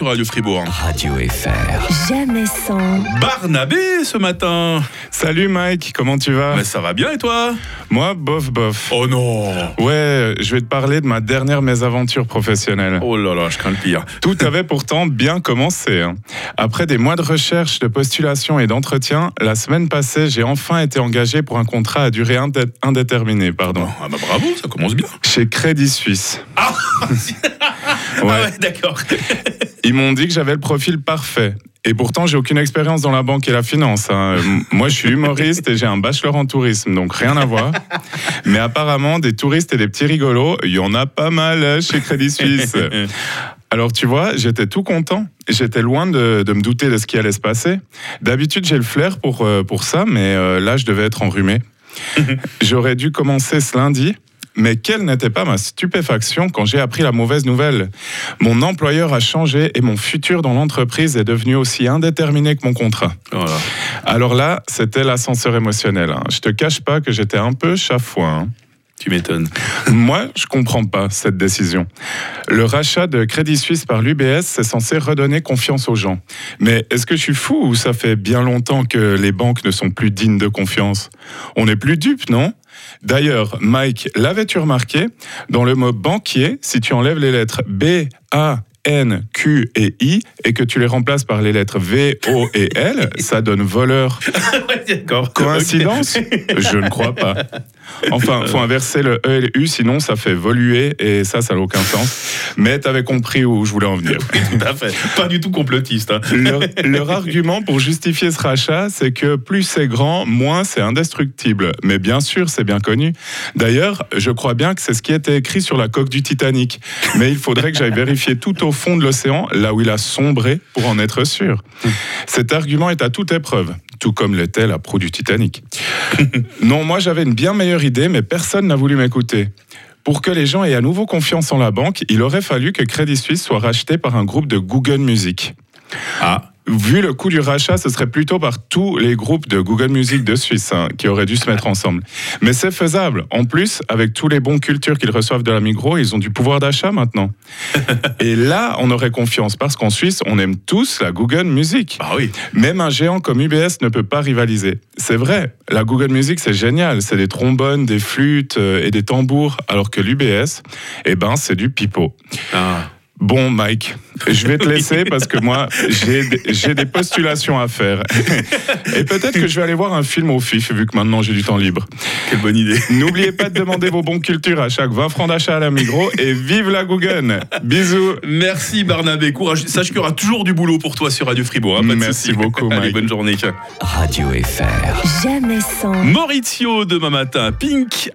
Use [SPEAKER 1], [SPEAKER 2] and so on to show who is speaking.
[SPEAKER 1] sur Radio Fribourg.
[SPEAKER 2] Radio FR.
[SPEAKER 3] Jamais sans,
[SPEAKER 1] Barnabé ce matin.
[SPEAKER 4] Salut Mike, comment tu vas
[SPEAKER 1] Mais ça va bien et toi
[SPEAKER 4] Moi, bof, bof.
[SPEAKER 1] Oh non.
[SPEAKER 4] Ouais, euh, je vais te parler de ma dernière mésaventure professionnelle.
[SPEAKER 1] Oh là là, je crains le pire.
[SPEAKER 4] Tout avait pourtant bien commencé. hein. Après des mois de recherche, de postulation et d'entretien, la semaine passée, j'ai enfin été engagé pour un contrat à durée indé- indéterminée. Pardon.
[SPEAKER 1] Ah bah bravo, ça commence bien.
[SPEAKER 4] Chez Crédit Suisse. Ouais.
[SPEAKER 1] Ah ouais, d'accord.
[SPEAKER 4] Ils m'ont dit que j'avais le profil parfait. Et pourtant, j'ai aucune expérience dans la banque et la finance. hein. Euh, m- Moi, je suis humoriste et j'ai un bachelor en tourisme, donc rien à voir. Mais apparemment, des touristes et des petits rigolos, il y en a pas mal euh, chez Crédit Suisse. Alors, tu vois, j'étais tout content. J'étais loin de, de me douter de ce qui allait se passer. D'habitude, j'ai le flair pour, euh, pour ça, mais euh, là, je devais être enrhumé. J'aurais dû commencer ce lundi. Mais quelle n'était pas ma stupéfaction quand j'ai appris la mauvaise nouvelle mon employeur a changé et mon futur dans l'entreprise est devenu aussi indéterminé que mon contrat.
[SPEAKER 1] Voilà.
[SPEAKER 4] Alors là, c'était l'ascenseur émotionnel. hein. Je te cache pas que j'étais un peu chafouin.
[SPEAKER 1] Tu m'étonnes.
[SPEAKER 4] hein. Moi, je comprends pas cette décision. Le rachat de Crédit Suisse par l'UBS, c'est censé redonner confiance aux gens. Mais est-ce que je suis fou ou ça fait bien longtemps que les banques ne sont plus dignes de confiance On n'est plus dupes, non D'ailleurs, Mike, l'avais-tu remarqué Dans le mot banquier, si tu enlèves les lettres B, A, N, Q et I et que tu les remplaces par les lettres V, O et L, ça donne voleur.
[SPEAKER 1] Ouais, d'accord.
[SPEAKER 4] Coïncidence Je ne crois pas. Enfin, faut inverser le E et le U, sinon ça fait voluer et ça, ça n'a aucun sens. Mais t'avais compris où je voulais en venir.
[SPEAKER 1] Ok, Tout à fait. Pas du tout complotiste. hein.
[SPEAKER 4] Leur, leur argument pour justifier ce rachat, c'est que plus c'est grand, moins c'est indestructible. Mais bien sûr, c'est bien connu. D'ailleurs, je crois bien que c'est ce qui était écrit sur la coque du Titanic. Mais il faudrait que j'aille vérifier tout au fond de l'océan, là où il a sombré, pour en être sûr. Cet argument est à toute épreuve, tout comme l'était la proue du Titanic. Non, moi j'avais une bien meilleure idée, mais personne n'a voulu m'écouter. Pour que les gens aient à nouveau confiance en la banque, il aurait fallu que Crédit Suisse soit racheté par un groupe de Google Music.
[SPEAKER 1] Ah.
[SPEAKER 4] Vu le coût du rachat, ce serait plutôt par tous les groupes de Google Music de Suisse hein, qui auraient dû se mettre ensemble. Mais c'est faisable. En plus, avec tous les bons cultures qu'ils reçoivent de la Migros, ils ont du pouvoir d'achat maintenant. Et là, on aurait confiance parce qu'en Suisse, on aime tous la Google Music.
[SPEAKER 1] Bah oui.
[SPEAKER 4] Même un géant comme UBS ne peut pas rivaliser. C'est vrai, la Google Music c'est génial, c'est des trombones, des flûtes euh, et des tambours, alors que l'UBS, eh ben c'est du pipeau.
[SPEAKER 1] Ah.
[SPEAKER 4] Bon Mike, je vais te laisser parce que moi j'ai des- j'ai des postulations à faire. Et peut-être que je vais aller voir un film au FIF vu que maintenant j'ai du temps libre.
[SPEAKER 1] Quelle bonne idée.
[SPEAKER 4] N'oubliez pas de demander vos bons cultures à chaque 20 francs d'achat à la Migros et vive la Google. Bisous.
[SPEAKER 1] Merci Barnabé. Courage. Sache qu'il y aura toujours du boulot pour toi sur Radio Fribourg. hein, pas de
[SPEAKER 4] Merci
[SPEAKER 1] souci.
[SPEAKER 4] beaucoup,
[SPEAKER 1] Allez,
[SPEAKER 4] Mike.
[SPEAKER 1] bonne journée.
[SPEAKER 2] Radio FR.
[SPEAKER 3] jamais sans.
[SPEAKER 1] Maurizio demain matin. Pink